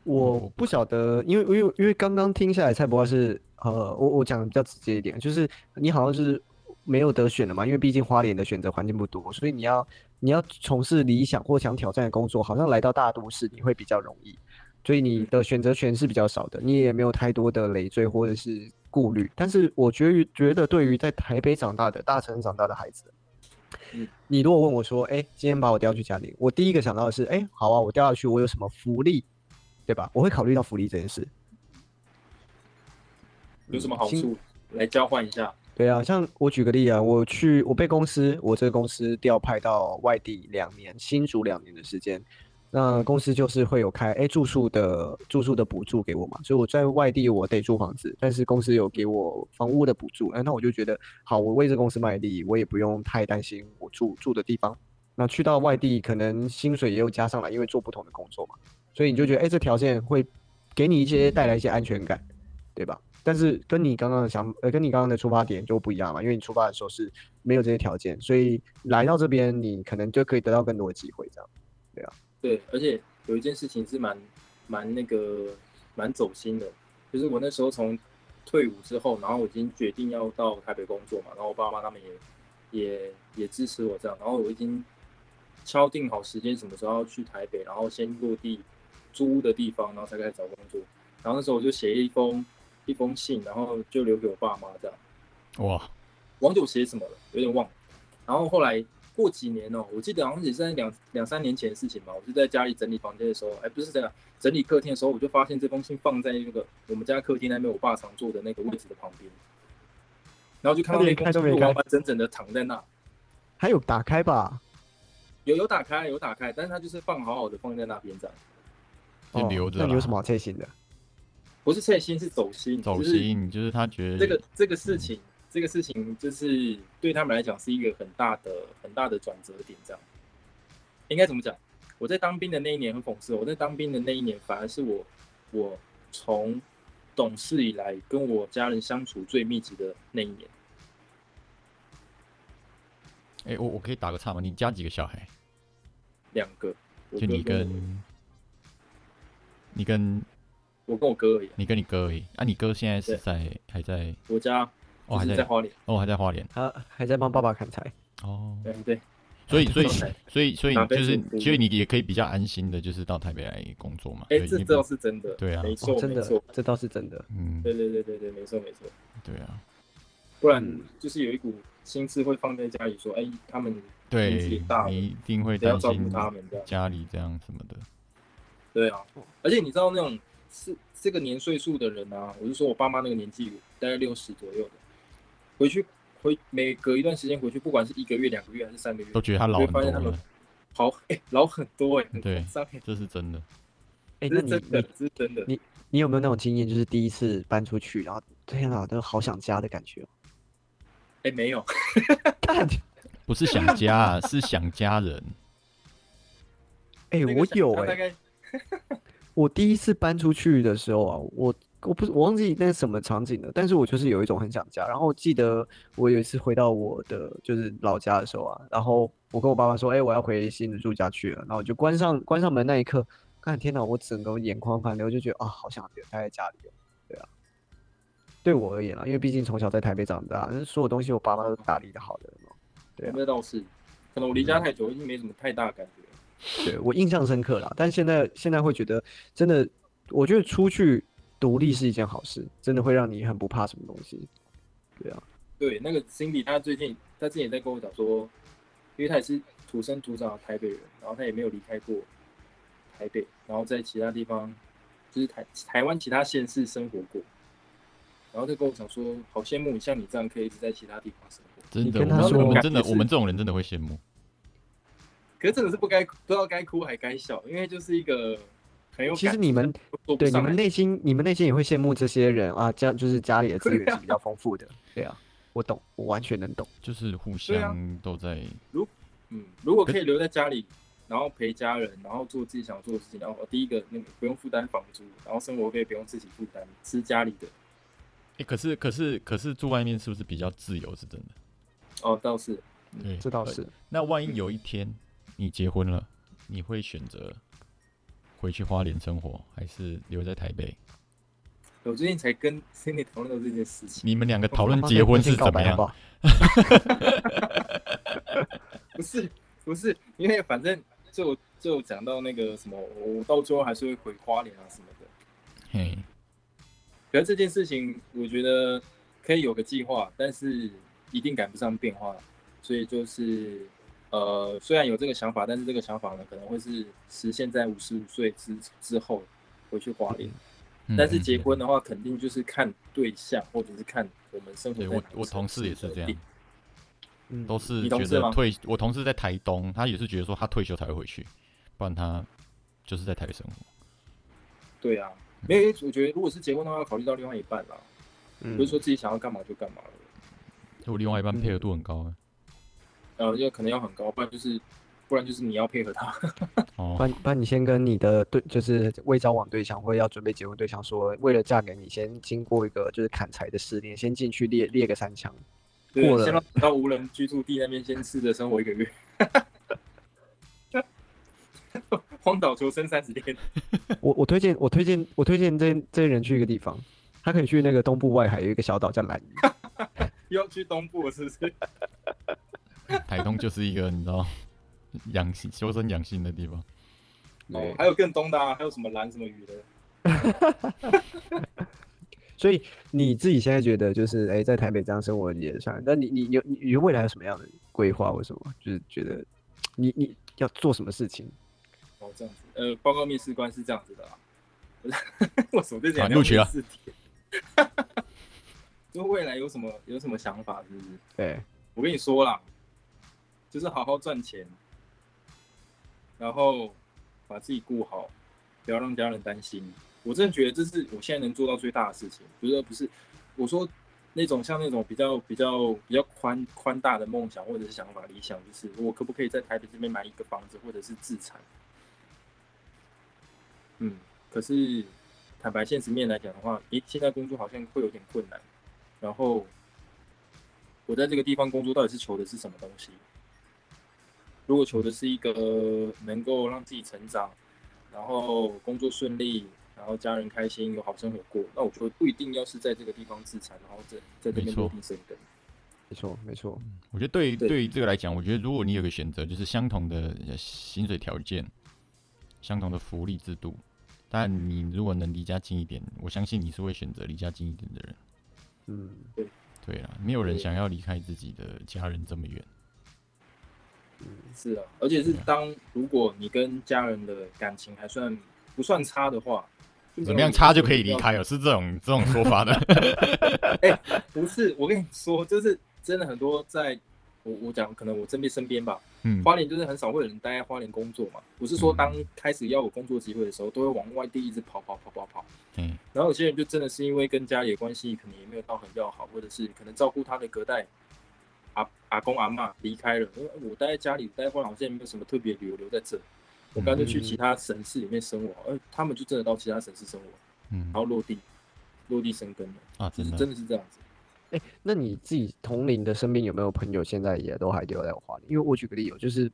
Speaker 3: 我
Speaker 2: 我
Speaker 3: 不
Speaker 2: 不晓得，因为因为因为刚刚听下来，蔡博是呃，我我讲的比较直接一点，就是你好像是没有得选了嘛，因为毕竟花莲的选择环境不多，所以你要你要从事理想或想挑战的工作，好像来到大都市你会比较容易，所以
Speaker 1: 嗯
Speaker 2: 你的选择权是比较少的，你也没有太多的累赘或者是顾虑。但是我觉于觉得对于在台北长大的大城市长大的孩子，
Speaker 1: 嗯
Speaker 2: 你如果问我说，哎、今天把我调去嘉陵，我第一个想到的是，哎、好啊，我调下去，我有什么福利，对吧？我会考虑到福利这件事。
Speaker 1: 有什么
Speaker 2: 嗯
Speaker 1: 好
Speaker 2: 薪
Speaker 1: 处来交换一下？
Speaker 2: 对啊，像我举个例啊，我去我被公司我这个公司调派到外地两年，新竹两年的时间，那公司就是会有开哎住宿的住宿的补助给我嘛，所以我在外地我得租房子，但是公司有给我房屋的补助，哎，那我就觉得好，我为这公司卖力，我也不用太担心我住住的地方。那去到外地，可能薪水也有加上来，因为做不同的工作嘛，所以你就觉得哎，这条件会给你一些带来一些安全感。对吧？但是跟你刚刚的想，呃，跟你刚刚的出发点就不一样嘛，因为你出发的时候是没有这些条件，所以来到这边你可能就可以得到更多的机会，这样。
Speaker 1: 对，而且有一件事情是蛮蛮那个蛮走心的，就是我那时候从退伍之后，然后我已经决定要到台北工作嘛，然后我爸妈他们也也也支持我这样，然后我已经敲定好时间，什么时候要去台北，然后先落地租屋的地方，然后才开始找工作。然后那时候我就写一封一封信，然后就留给我爸妈这样。
Speaker 3: 哇，
Speaker 1: 忘记我写什么了，有点忘了。然后后来过几年哦，我记得好像也是在两两三年前的事情吧。我就在家里整理房间的时候，哎，不是这样，整理客厅的时候，我就发现这封信放在那个我们家客厅那边我爸常坐的那个位置的旁边。然后就看到
Speaker 2: 他
Speaker 1: 那
Speaker 2: 连
Speaker 1: 封
Speaker 2: 开都
Speaker 1: 信
Speaker 2: 没
Speaker 1: 完
Speaker 2: 开
Speaker 1: 完整整的躺在那，
Speaker 2: 还有打开吧，
Speaker 1: 有有打开有打开，但是他就是放好好的放在那边这样，
Speaker 3: 就
Speaker 2: 哦
Speaker 3: 留着
Speaker 2: 那你有
Speaker 3: 啦
Speaker 2: 什么好贴心的？
Speaker 1: 不是菜心是走心，
Speaker 3: 走
Speaker 1: 就是
Speaker 3: 心，就是他觉得
Speaker 1: 这个这个事情，这个事情就是对他们来讲是一个很大的很大的转折点，这样应该怎么讲？我在当兵的那一年很讽刺哦，我在当兵的那一年反而是我我从懂事以来跟我家人相处最密集的那一年。
Speaker 3: 哎、我我可以打个岔吗？你家几个小孩？
Speaker 1: 两个，我
Speaker 3: 就
Speaker 1: 哥
Speaker 3: 你
Speaker 1: 我
Speaker 3: 跟你跟
Speaker 1: 我跟我哥而已啊，
Speaker 3: 你跟你哥而已。啊，你哥现在是
Speaker 1: 对
Speaker 3: 在还在
Speaker 1: 我家
Speaker 3: 哦
Speaker 1: 就
Speaker 3: 还
Speaker 1: 是
Speaker 3: 在
Speaker 1: 在花莲，
Speaker 3: 哦还在花莲
Speaker 2: 他还在帮爸爸砍柴，
Speaker 3: 哦，
Speaker 1: 对对，
Speaker 3: 所以所以
Speaker 1: 都在
Speaker 3: 所以所以
Speaker 1: 哪边
Speaker 3: 就是
Speaker 1: 读书
Speaker 3: 所以你也可以比较安心的，就是到台北来工作嘛。
Speaker 1: 哎，
Speaker 3: 对
Speaker 1: 这
Speaker 3: 你
Speaker 1: 这倒
Speaker 3: 不
Speaker 1: 是真的，
Speaker 3: 对啊
Speaker 1: 没
Speaker 2: 哦
Speaker 1: 错，
Speaker 2: 真
Speaker 1: 没
Speaker 2: 的
Speaker 1: 错，，
Speaker 2: 这倒是真的。
Speaker 3: 嗯
Speaker 1: 对对对对对，没错没错。
Speaker 3: 对啊
Speaker 1: 不然
Speaker 2: 嗯
Speaker 1: 就是有一股心思会放在家里，说，哎、他们年纪
Speaker 3: 对
Speaker 1: 也大，了，
Speaker 3: 你一定会
Speaker 1: 得要
Speaker 3: 担
Speaker 1: 照
Speaker 3: 心
Speaker 1: 顾他们这样。
Speaker 3: 家里这样什么的。
Speaker 1: 对啊，而且你知道那种是这个年岁数的人啊，我是说我爸妈那个年纪，大概六十左右的，回去回每隔一段时间回去，不管是一个月、两个月还是三个月
Speaker 3: 都，觉得他老
Speaker 1: 会
Speaker 3: 很
Speaker 1: 发
Speaker 3: 多
Speaker 1: 现他们
Speaker 3: 了，
Speaker 1: 好 哎、老很多哎、很
Speaker 3: 对
Speaker 1: 伤哎，
Speaker 3: 这是真的。
Speaker 2: 哎，
Speaker 1: 这
Speaker 2: 那
Speaker 1: 是
Speaker 2: 你
Speaker 1: 真的，
Speaker 2: 你
Speaker 1: 这是真的。
Speaker 2: 你有没有那种经验，就是第一次搬出去，然后天哪，都好想家的 感觉哦？
Speaker 1: 哎、没有，
Speaker 2: 干，
Speaker 3: 不是想家、啊，是想家人。
Speaker 2: 哎，
Speaker 1: 那个
Speaker 2: 我
Speaker 1: 小
Speaker 2: 有
Speaker 1: 他大
Speaker 2: 哎，
Speaker 1: 概
Speaker 2: 我第一次搬出去的时候啊，我我不是我忘记那是什么场景了，但是我就是有一种很想家。然后我记得我有一次回到我的就是老家的时候啊，然后我跟我爸妈说，哎、我要回新的住家去了。然后我就关上关上门那一刻，看天哪，我整个眼眶泛流，就觉得啊，好想留待在家里哦。对啊，对我而言啊，因为毕竟从小在台北长大，那所有东西我爸妈都打理的好的嘛。对啊
Speaker 1: 那倒是，可能我离家太久，已经没什么太大的感觉了。
Speaker 2: 对我印象深刻啦，但现在现在会觉得，真的，我觉得出去独立是一件好事，真的会让你很不怕什么东西。对啊，
Speaker 1: 对，那个 Cindy，她最近她之前也在跟我讲说，因为她也是土生土长的台北人，然后她也没有离开过台北，然后在其他地方，就是台台湾其他县市生活过，然后她跟我讲说，好羡慕你像你这样可以一直在其他地方生活，
Speaker 3: 真
Speaker 2: 你
Speaker 3: 的，我
Speaker 2: 跟他
Speaker 3: 们
Speaker 2: 说
Speaker 3: 我们
Speaker 1: 感
Speaker 3: 真的，
Speaker 1: 觉
Speaker 3: 我们这种人真的会羡慕。
Speaker 1: 可是真的是不该不知道该哭还该笑，因为就是一个很有
Speaker 2: 其实
Speaker 1: 感
Speaker 2: 你们
Speaker 1: 做不
Speaker 2: 对你
Speaker 1: 上来
Speaker 2: 们内心，你们内心也会羡慕这些人啊，家就是家里的资源是比较丰富的。对啊，我懂，我完全能懂。
Speaker 3: 就是互
Speaker 1: 对啊
Speaker 3: 相都在，
Speaker 1: 嗯，如果可以留在家里，然后陪家人，然后做自己想做的事情，然后第一个那个不用负担房租，然后生活费不用自己负担，吃家里的。
Speaker 3: 哎、可是可是可是住外面是不是比较自由？是真的。
Speaker 1: 哦，倒是
Speaker 3: 对，
Speaker 2: 这倒是。
Speaker 3: 那万一有一天你结婚了，你会选择回去花莲生活，还是留在台北？
Speaker 1: 嗯我最近才跟 Cindy 讨论到这件事情，
Speaker 3: 你们两个讨
Speaker 2: 我
Speaker 3: 论
Speaker 2: 妈妈
Speaker 3: 结
Speaker 2: 跟我
Speaker 3: 婚
Speaker 2: 先
Speaker 3: 是
Speaker 2: 告
Speaker 3: 怎么
Speaker 2: 白好
Speaker 3: 样
Speaker 2: 不？好？
Speaker 1: 不是不是，因为反正就就讲到那个什么，我到最后还是会回花莲啊什么的。
Speaker 3: 嘿，
Speaker 1: 可是这件事情，我觉得可以有个计划，但是一定赶不上变化，所以就是呃，虽然有这个想法，但是这个想法呢，可能会是实现在五十五岁之之后回去花莲。
Speaker 3: 嗯
Speaker 1: 但是
Speaker 3: 嗯
Speaker 1: 结
Speaker 3: 嗯
Speaker 1: 婚的话，肯定就是看对象，或者是看我们生活
Speaker 3: 嗯对
Speaker 1: 在
Speaker 3: 我
Speaker 1: 哪个
Speaker 3: 我
Speaker 1: 城
Speaker 3: 同事
Speaker 1: 市
Speaker 3: 也是
Speaker 1: 而
Speaker 3: 这样
Speaker 1: 定，
Speaker 2: 嗯，
Speaker 3: 都是
Speaker 1: 你
Speaker 3: 觉
Speaker 1: 同事
Speaker 3: 得
Speaker 1: 吗
Speaker 3: 退，我同事在台东，他也是觉得说他退休才会回去，不然他就是在台北生活。
Speaker 1: 对啊，没有，因为我觉得如果是结婚的话，要考虑到另外一半啦，
Speaker 2: 嗯
Speaker 1: 不是说自己想要干嘛就干嘛了，
Speaker 3: 就我另外一半
Speaker 2: 嗯
Speaker 3: 配合度很高啊。
Speaker 1: 呃，要可能要很高，不然就是，不然就是你要配合他。
Speaker 2: 不
Speaker 3: 哦，
Speaker 2: 然不然你先跟你的对，就是未交往对象或者要准备结婚对象说，为了嫁给你，先经过一个就是砍柴的试炼，先进去猎猎个三枪。
Speaker 1: 对
Speaker 2: 过，了
Speaker 1: 先到到无人居住地那边先试着生活一个月，荒岛求生三十天。
Speaker 2: 我我推荐我推荐我推荐这这些人去一个地方，他可以去那个东部外海有一个小岛叫蓝屿，
Speaker 1: 又要去东部了是不是？
Speaker 3: 台东就是一个你知道，养性、修身养性的地方。
Speaker 1: 哦，还有更东的、啊，还有什么蓝什么鱼的，
Speaker 2: 所以你自己现在觉得就是哎、诶在台北这样生活你也算，但你你有你你未来有什么样的规划？为什么就是觉得你你要做什么事情？
Speaker 1: 哦这样子，呃，报告面试官是这样子的啊， 不是为什么对这两
Speaker 3: 啊录取了
Speaker 1: 四题？ 就未来有什么有什么想法是不是？
Speaker 2: 对，
Speaker 1: 我跟你说啦，就是好好赚钱，然后把自己顾好，不要让家人担心。我真的觉得这是我现在能做到最大的事情，不是不是，我说那种像那种比较比较比较宽宽大的梦想或者是想法理想，就是我可不可以在台北这边买一个房子或者是自产？嗯，可是坦白现实面来讲的话，诶，现在工作好像会有点困难，然后我在这个地方工作到底是求的是什么东西？如果求的是一个呃能够让自己成长，然后工作顺利，然后家人开心，有好生活过，那我觉得不一定要是在这个地方自产，然后在在这
Speaker 3: 没
Speaker 1: 边
Speaker 3: 错
Speaker 1: 落地生根。
Speaker 2: 没错没错，
Speaker 3: 我觉得对于
Speaker 1: 对
Speaker 3: 对于这个来讲，我觉得如果你有个选择，就是相同的呃薪水条件、相同的福利制度，但你如果能离家近一点，我相信你是会选择离家近一点的人。
Speaker 2: 嗯，
Speaker 3: 对啦，没有人
Speaker 1: 对
Speaker 3: 想要离开自己的家人这么远。
Speaker 1: 是啊，而且是
Speaker 3: 对啊
Speaker 1: 当如果你跟家人的感情还算不算差的话，就没有
Speaker 3: 怎么样差就可以
Speaker 1: 必
Speaker 3: 离
Speaker 1: 要
Speaker 3: 开哦？是这种这种说法的。
Speaker 1: 不是，我跟你说，就是真的很多在，我我讲可能我身边身边吧，
Speaker 3: 嗯，
Speaker 1: 花莲就是很少会有人待在花莲工作嘛。不是说当开始要有工作机会的时候，都会往外地一直跑跑跑跑跑。
Speaker 3: 嗯
Speaker 1: 然后有些人就真的是因为跟家里的关系可能也没有到很要好，或者是可能照顾他的隔代阿阿公阿嬷离开了，因为我待在家里待会儿好像也没有什么特别理由留在这，我干脆去其他省市里面生活，而他们就真的到其他省市生活，
Speaker 3: 嗯
Speaker 1: 然后落地落地生根了，
Speaker 3: 啊，
Speaker 1: 就是
Speaker 3: 真的
Speaker 1: 真的是这样子。
Speaker 2: 哎、那你自己同龄的身边有没有朋友现在也都还留在花莲？因为我举个例子，哦就是，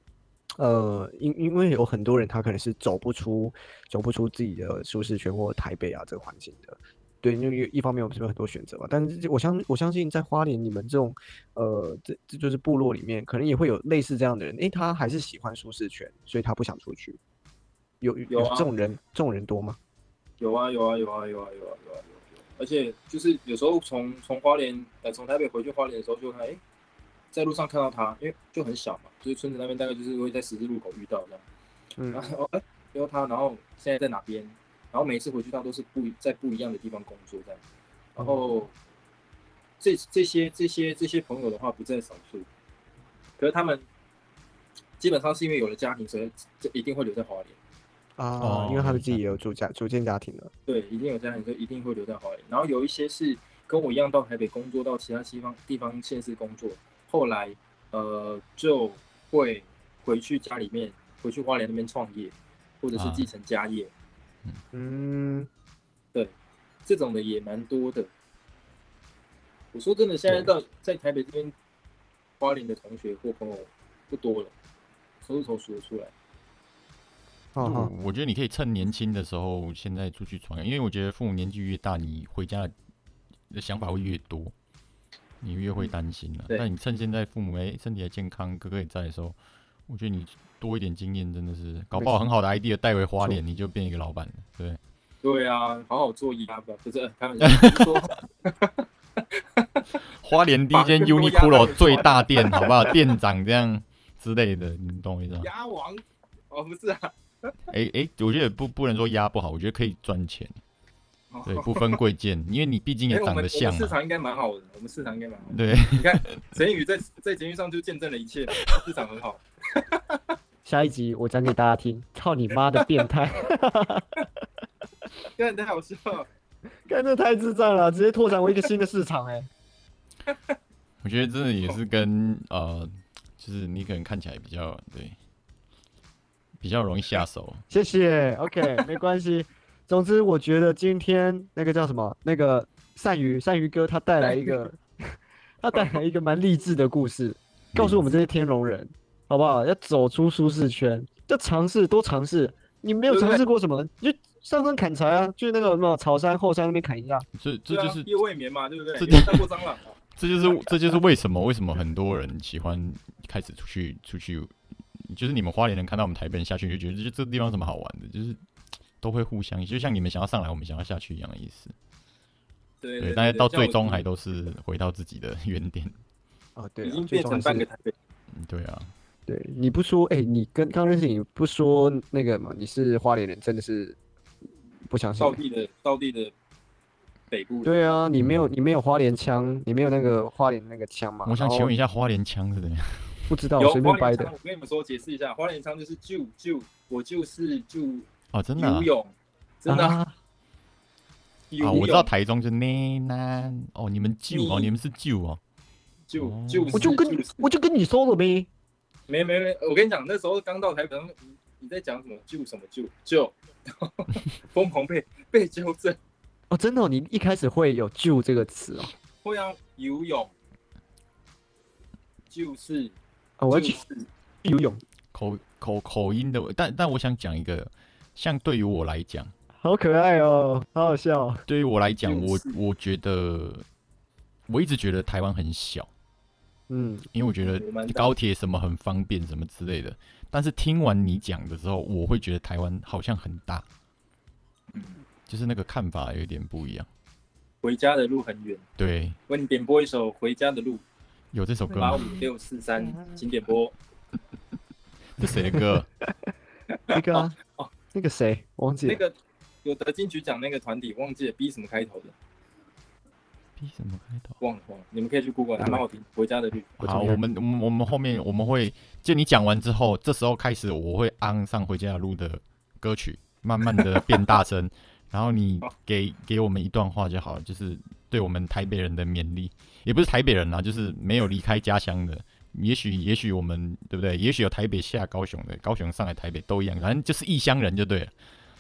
Speaker 2: 呃，因因为有很多人他可能是走不出走不出自己的舒适圈或台北啊这个环境的。对，因为一方面我们这边有很多选择嘛，但是我相我相信在花莲你们这种，呃，这这就是部落里面可能也会有类似这样的人，诶，他还是喜欢舒适圈，所以他不想出去。有有
Speaker 1: 有啊
Speaker 2: 这种人，这种人多吗？
Speaker 1: 有啊有啊有啊有啊有啊有啊有啊有啊，而且就是有时候从从花莲呃从台北回去花莲的时候就看哎、诶在路上看到他，因为就很小嘛，就是村子那边大概就是会在十字路口遇到这样，
Speaker 2: 嗯
Speaker 1: 然，后哎撩他，然后现在在哪边，然后每一次回去他都是不一在不一样的地方工作这样，然后这这些这些这些朋友的话不在少数，可是他们基本上是因为有了家庭，所以这一定会留在华联。
Speaker 2: 啊，因为他
Speaker 3: 哦
Speaker 2: 们
Speaker 3: 有
Speaker 2: 自己
Speaker 3: 这
Speaker 2: 也有组家组建家庭了。
Speaker 1: 对，一定有家庭，就一定会留在华联。然后有一些是跟我一样到台北工作，到其他地方地方县市工作，后来呃就会回去家里面，回去花莲那边创业，或者是
Speaker 3: 啊
Speaker 1: 继承家业，
Speaker 2: 嗯，
Speaker 1: 这种的也蛮多的。我说真的，现在到在台北这边，花莲的同学或朋友不多了，手指头数得出来。
Speaker 2: 好
Speaker 1: 嗯
Speaker 3: 我
Speaker 2: 好，
Speaker 3: 我觉得你可以趁年轻的时候，现在出去闯荡，因为我觉得父母年纪越大，你回家的想法会越多，你越会担心了、
Speaker 1: 对
Speaker 3: 但你趁现在父母哎、身体还健康，哥哥也在的时候，我觉得你多一点经验真的是，搞不好很好的 idea 带回花莲，你就变一个老板了，对 不对。
Speaker 1: 对啊，好好做鸭吧，不是呃开玩笑，就是说
Speaker 3: 花莲第一间
Speaker 1: 把更多压
Speaker 3: Uniqlo
Speaker 1: 在你
Speaker 3: 最 大店，好不好？店长这样之类的，你懂我意思吗？
Speaker 1: 鸭王哦，不是啊，
Speaker 3: 哎哎、我觉得不不能说压不好，我觉得可以赚钱，
Speaker 1: 哦
Speaker 3: 对，不分贵贱，因为你毕竟也
Speaker 1: 哎我
Speaker 3: 长
Speaker 1: 们
Speaker 3: 得
Speaker 1: 我们
Speaker 3: 像啊
Speaker 1: 市
Speaker 3: 嘛，
Speaker 1: 场应该蛮好的，我们市场应该蛮好的。
Speaker 3: 对。
Speaker 1: 你看陈宇在在节目上就见证了一切，市场很好。
Speaker 2: 下一集我讲给大家 听，操你妈的变 态！
Speaker 1: 真的太好笑了，
Speaker 2: 看这太智障了，直接拓展为一个新的市场哎、
Speaker 3: 我觉得这也是跟呃，就是你可能看起来比较对，比较容易下手。
Speaker 2: 谢谢，OK，没 关系。总之，我觉得今天那个叫什么，那个鳝鱼鳝鱼哥他带来一 个，他带来一个蛮励志的故事，告诉我们这些天龙人，好不好？要走出舒适圈，要尝试，多尝试。你没有
Speaker 1: 对不对
Speaker 2: 尝试过什么，你就上山砍柴啊，去那个什么草山后山那边砍一下。
Speaker 3: 这这
Speaker 1: 对
Speaker 3: 就
Speaker 1: 啊
Speaker 3: 是，
Speaker 1: 夜未眠嘛，对不对？
Speaker 3: 这
Speaker 1: 你有当过蟑螂啊？
Speaker 3: 这就是这就是为什么为什么很多人喜欢开始出去出去就是你们花莲人看到我们台北人下去，就觉得就这地方有什么好玩的，就是都会互相，就像你们想要上来，我们想要下去一样的意思。
Speaker 1: 对
Speaker 3: 对，但是到最终还
Speaker 1: 都
Speaker 3: 都是回到自己的原点。
Speaker 2: 哦，对
Speaker 1: 已
Speaker 2: 啊，
Speaker 1: 经
Speaker 2: 最
Speaker 1: 变
Speaker 2: 重要
Speaker 1: 成
Speaker 2: 是
Speaker 1: 半个台北。
Speaker 3: 嗯，对啊，
Speaker 2: 对，你不说，哎、你跟刚认识你不说那个嘛，你是花莲人，真的是不相信
Speaker 1: 到
Speaker 2: 欸。
Speaker 1: 地的到地的北部，
Speaker 2: 对啊，你没有你没有花莲腔，你没有那个花莲那个腔嘛？
Speaker 3: 我想
Speaker 2: 啊然
Speaker 3: 请
Speaker 2: 后
Speaker 3: 问一下，花莲腔是怎样？
Speaker 2: 不知道
Speaker 1: 有
Speaker 2: 随
Speaker 1: 花莲
Speaker 2: 便掰
Speaker 1: 仓，
Speaker 2: 的
Speaker 1: 我跟你们说解释一下，花莲仓就是就就我就是就
Speaker 3: 哦，真的啊、
Speaker 1: 游泳，真的啊
Speaker 2: 啊
Speaker 1: 游
Speaker 3: 啊，
Speaker 1: 泳
Speaker 3: 我知道台中是呢呢，哦，你们旧哦，
Speaker 1: 你
Speaker 3: 你们是旧哦，
Speaker 1: 就
Speaker 3: 哦
Speaker 1: 就是
Speaker 2: 我就跟你
Speaker 1: 是
Speaker 2: 我就跟你说了呗，
Speaker 1: 没没没，我跟你讲，那时候刚到台北，他们你你在讲什么就什么就就， 疯狂被被纠正。
Speaker 2: 哦，真的哦、你一开始会有“就”这个词哦。
Speaker 1: 会啊，游泳就是
Speaker 2: 啊，我
Speaker 1: 就
Speaker 2: 要去
Speaker 1: 是
Speaker 2: 游泳，
Speaker 3: 口口口音的，但但我想讲一个，像对于我来讲，
Speaker 2: 好可爱哦，好好笑哦、
Speaker 3: 对于我来讲，我
Speaker 1: 就是
Speaker 3: 我觉得我一直觉得台湾很小，
Speaker 2: 嗯，
Speaker 3: 因为我觉得
Speaker 1: 我蛮大
Speaker 3: 高铁什么很方便什么之类的，但是听完你讲的时候，我会觉得台湾好像很大，就是那个看法有点不一样。
Speaker 1: 回家的路很远。
Speaker 3: 对，
Speaker 1: 为你点播一首《回家的路》，
Speaker 3: 有这首
Speaker 2: 嗯
Speaker 3: 歌
Speaker 1: 八
Speaker 3: 吗
Speaker 1: 五？六四三，请点播。
Speaker 3: 是谁的歌？
Speaker 2: 那个、啊
Speaker 1: 哦
Speaker 2: 那个谁忘记了
Speaker 1: 那，个有得金曲奖那个团体，忘记了 B 什么开头的，
Speaker 3: B 什么开头？
Speaker 1: 忘了忘了。你们可以去 Google，还蛮好听，《回家的路》。
Speaker 2: 嗯我
Speaker 3: 好，
Speaker 2: 怎么
Speaker 3: 我
Speaker 2: 样
Speaker 3: 们我们我们后面我们会就你讲完之后，这时候开始我会安上回家的路的歌曲，慢慢的变大声，然后你
Speaker 1: 好
Speaker 3: 给给我们一段话就好了，就是对我们台北人的勉励，也不是台北人啦，就是没有离开家乡的，也许也许我们对不对？也许有台北下高雄的，高雄上来台北都一样，反正就是异乡人就对了。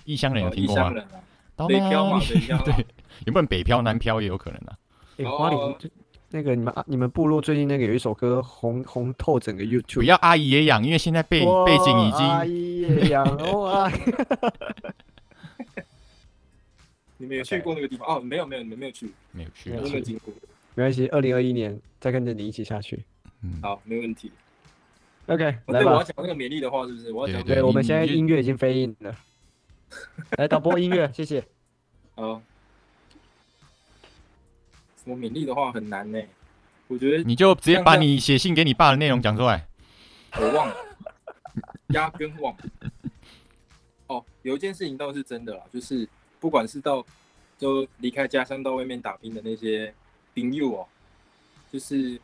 Speaker 3: 异乡人有
Speaker 1: 哦
Speaker 3: 听
Speaker 1: 异
Speaker 3: 过
Speaker 1: 乡
Speaker 3: 吗？
Speaker 1: 人啊，
Speaker 3: 当
Speaker 1: 北漂
Speaker 3: 然
Speaker 1: 嘛，北漂啊。
Speaker 3: 对，有没有北漂、南漂也有可能啊？
Speaker 2: 哎、
Speaker 1: 哦
Speaker 2: 花莲最那个你们啊你们部落最近那个有一首歌红红透整个 YouTube，
Speaker 3: 不要阿姨也养，因为现在背背景已经
Speaker 2: 哇阿姨也养哦，阿 姨
Speaker 1: 你们有去过那个地方？哦，没有没有，你们没有去，
Speaker 3: 没有去
Speaker 2: 没
Speaker 1: 我
Speaker 3: 了
Speaker 2: 有
Speaker 1: 都没
Speaker 2: 去
Speaker 1: 有经过。
Speaker 2: 没关系，二零二一年再跟着你一起下去。
Speaker 3: 嗯，
Speaker 1: 好，没问题。
Speaker 2: OK，
Speaker 1: 哦
Speaker 2: 来
Speaker 1: 对，我要
Speaker 2: 吧，
Speaker 1: 讲那个勉励的话，是不是？我要讲
Speaker 3: 对
Speaker 2: 对我
Speaker 3: 你
Speaker 2: 们现在
Speaker 3: 你就
Speaker 2: 音乐已经飞印 了，来导播音乐，谢谢。
Speaker 1: 好。呃什么勉励的话很难呢？我觉得
Speaker 3: 你就直接
Speaker 1: 像
Speaker 3: 把
Speaker 1: 这样
Speaker 3: 你写信给你爸的内容讲出来。
Speaker 1: 我忘了，压根忘了。哦，有一件事情倒是真的啦，就是不管是到就离开家乡到外面打拼的那些兵友哦，就是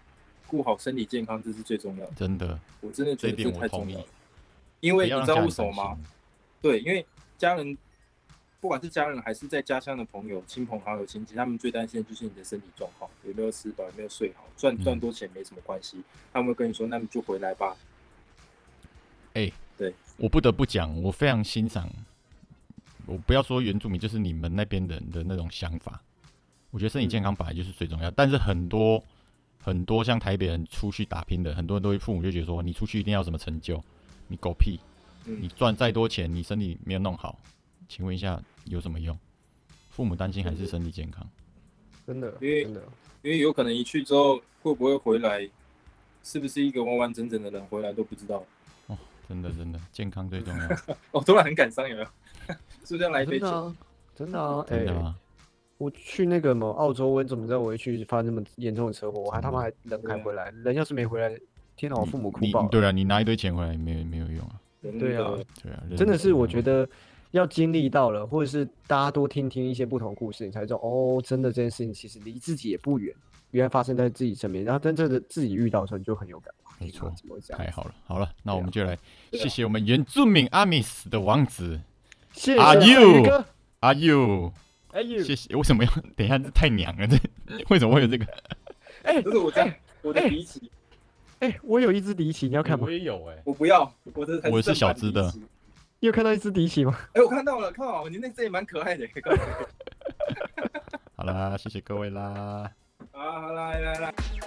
Speaker 1: 顾好身体健康，这是最重要的。
Speaker 3: 真的，
Speaker 1: 我真的觉
Speaker 3: 这一
Speaker 1: 得
Speaker 3: 点
Speaker 1: 这
Speaker 3: 我
Speaker 1: 太
Speaker 3: 同
Speaker 1: 重
Speaker 3: 意
Speaker 1: 要了，因为
Speaker 3: 不要
Speaker 1: 你
Speaker 3: 让
Speaker 1: 知道
Speaker 3: 家人
Speaker 1: 为什么
Speaker 3: 担
Speaker 1: 吗
Speaker 3: 心？
Speaker 1: 对，因为家人，不管是家人还是在家乡的朋友、亲朋好友、亲戚，他们最担心的就是你的身体状况，有没有吃饱，有没有睡好，赚
Speaker 3: 嗯
Speaker 1: 赚多钱没什么关系，他们会跟你说，那你就回来吧。
Speaker 3: 我不得不讲，我非常欣赏。我不要说原住民，就是你们那边人的那种想法。我觉得身体健康本来就是最重要，但是很多很多像台北人出去打拼的，很多人都会父母就觉得说，你出去一定要有什么成就，你狗屁，你
Speaker 1: 嗯，
Speaker 3: 赚再多钱，你身体没有弄好，请问一下有什么用？父母担心还是身体健康？
Speaker 2: 真的，
Speaker 1: 因为
Speaker 2: 真的，
Speaker 1: 因为有可能一去之后会不会回来，是不是一个完完整整的人回来都不知道。
Speaker 3: 真的真的，健康最重要，
Speaker 1: 哦，突然很感伤，有没有？ 是不是要来一杯
Speaker 2: 真的
Speaker 1: 酒？
Speaker 2: 啊，真的啊，哎、
Speaker 3: 真的吗？
Speaker 2: 我去那个某澳洲，我怎么知道我会去发生这么严重的车祸？我还他妈还人还
Speaker 1: 对啊
Speaker 2: 回来，人要是没回来，天哪，我父母哭
Speaker 3: 你
Speaker 2: 爆了。
Speaker 3: 对啊，你拿一堆钱回来也没有没有用啊，
Speaker 1: 真的
Speaker 2: 对啊
Speaker 3: 对啊，
Speaker 2: 真的是我
Speaker 3: 得。
Speaker 2: 觉得要经历到了，或者是大家多听听一些不同的故事，你才知道哦，真的这件事情其实离自己也不远，原来发生在自己身边，然后真正的自己遇到的时候，你就很有感。哇
Speaker 3: 没
Speaker 2: 天哪
Speaker 3: 错哎
Speaker 2: 怎么会这样
Speaker 3: 太
Speaker 2: 子？
Speaker 3: 好了，好了，那
Speaker 2: 对啊
Speaker 3: 我们就来
Speaker 1: 对啊
Speaker 3: 谢谢我们原住民阿米斯的王子
Speaker 2: 谢谢
Speaker 3: 阿
Speaker 2: 宇
Speaker 3: you
Speaker 2: 哥，
Speaker 3: 阿佑，
Speaker 2: 哎呦，
Speaker 3: 谢谢。为什么要 等一下？这太娘了，这为什么会有这个？
Speaker 2: 哎
Speaker 1: 这是我在我的
Speaker 2: 哎
Speaker 1: 鼻息，
Speaker 2: 哎，我有一只迪奇，你要看吗？
Speaker 3: 也有哎，
Speaker 1: 我不要，我的很
Speaker 3: 我是
Speaker 1: 正
Speaker 3: 小
Speaker 1: 版
Speaker 3: 资
Speaker 1: 鼻
Speaker 3: 的
Speaker 1: 息。
Speaker 2: 你有看到一只迪奇吗？
Speaker 1: 哎，我看到了，看到了，你那只也蛮可爱的。
Speaker 3: 好啦，谢谢各位啦。
Speaker 1: 啊好，好来来来。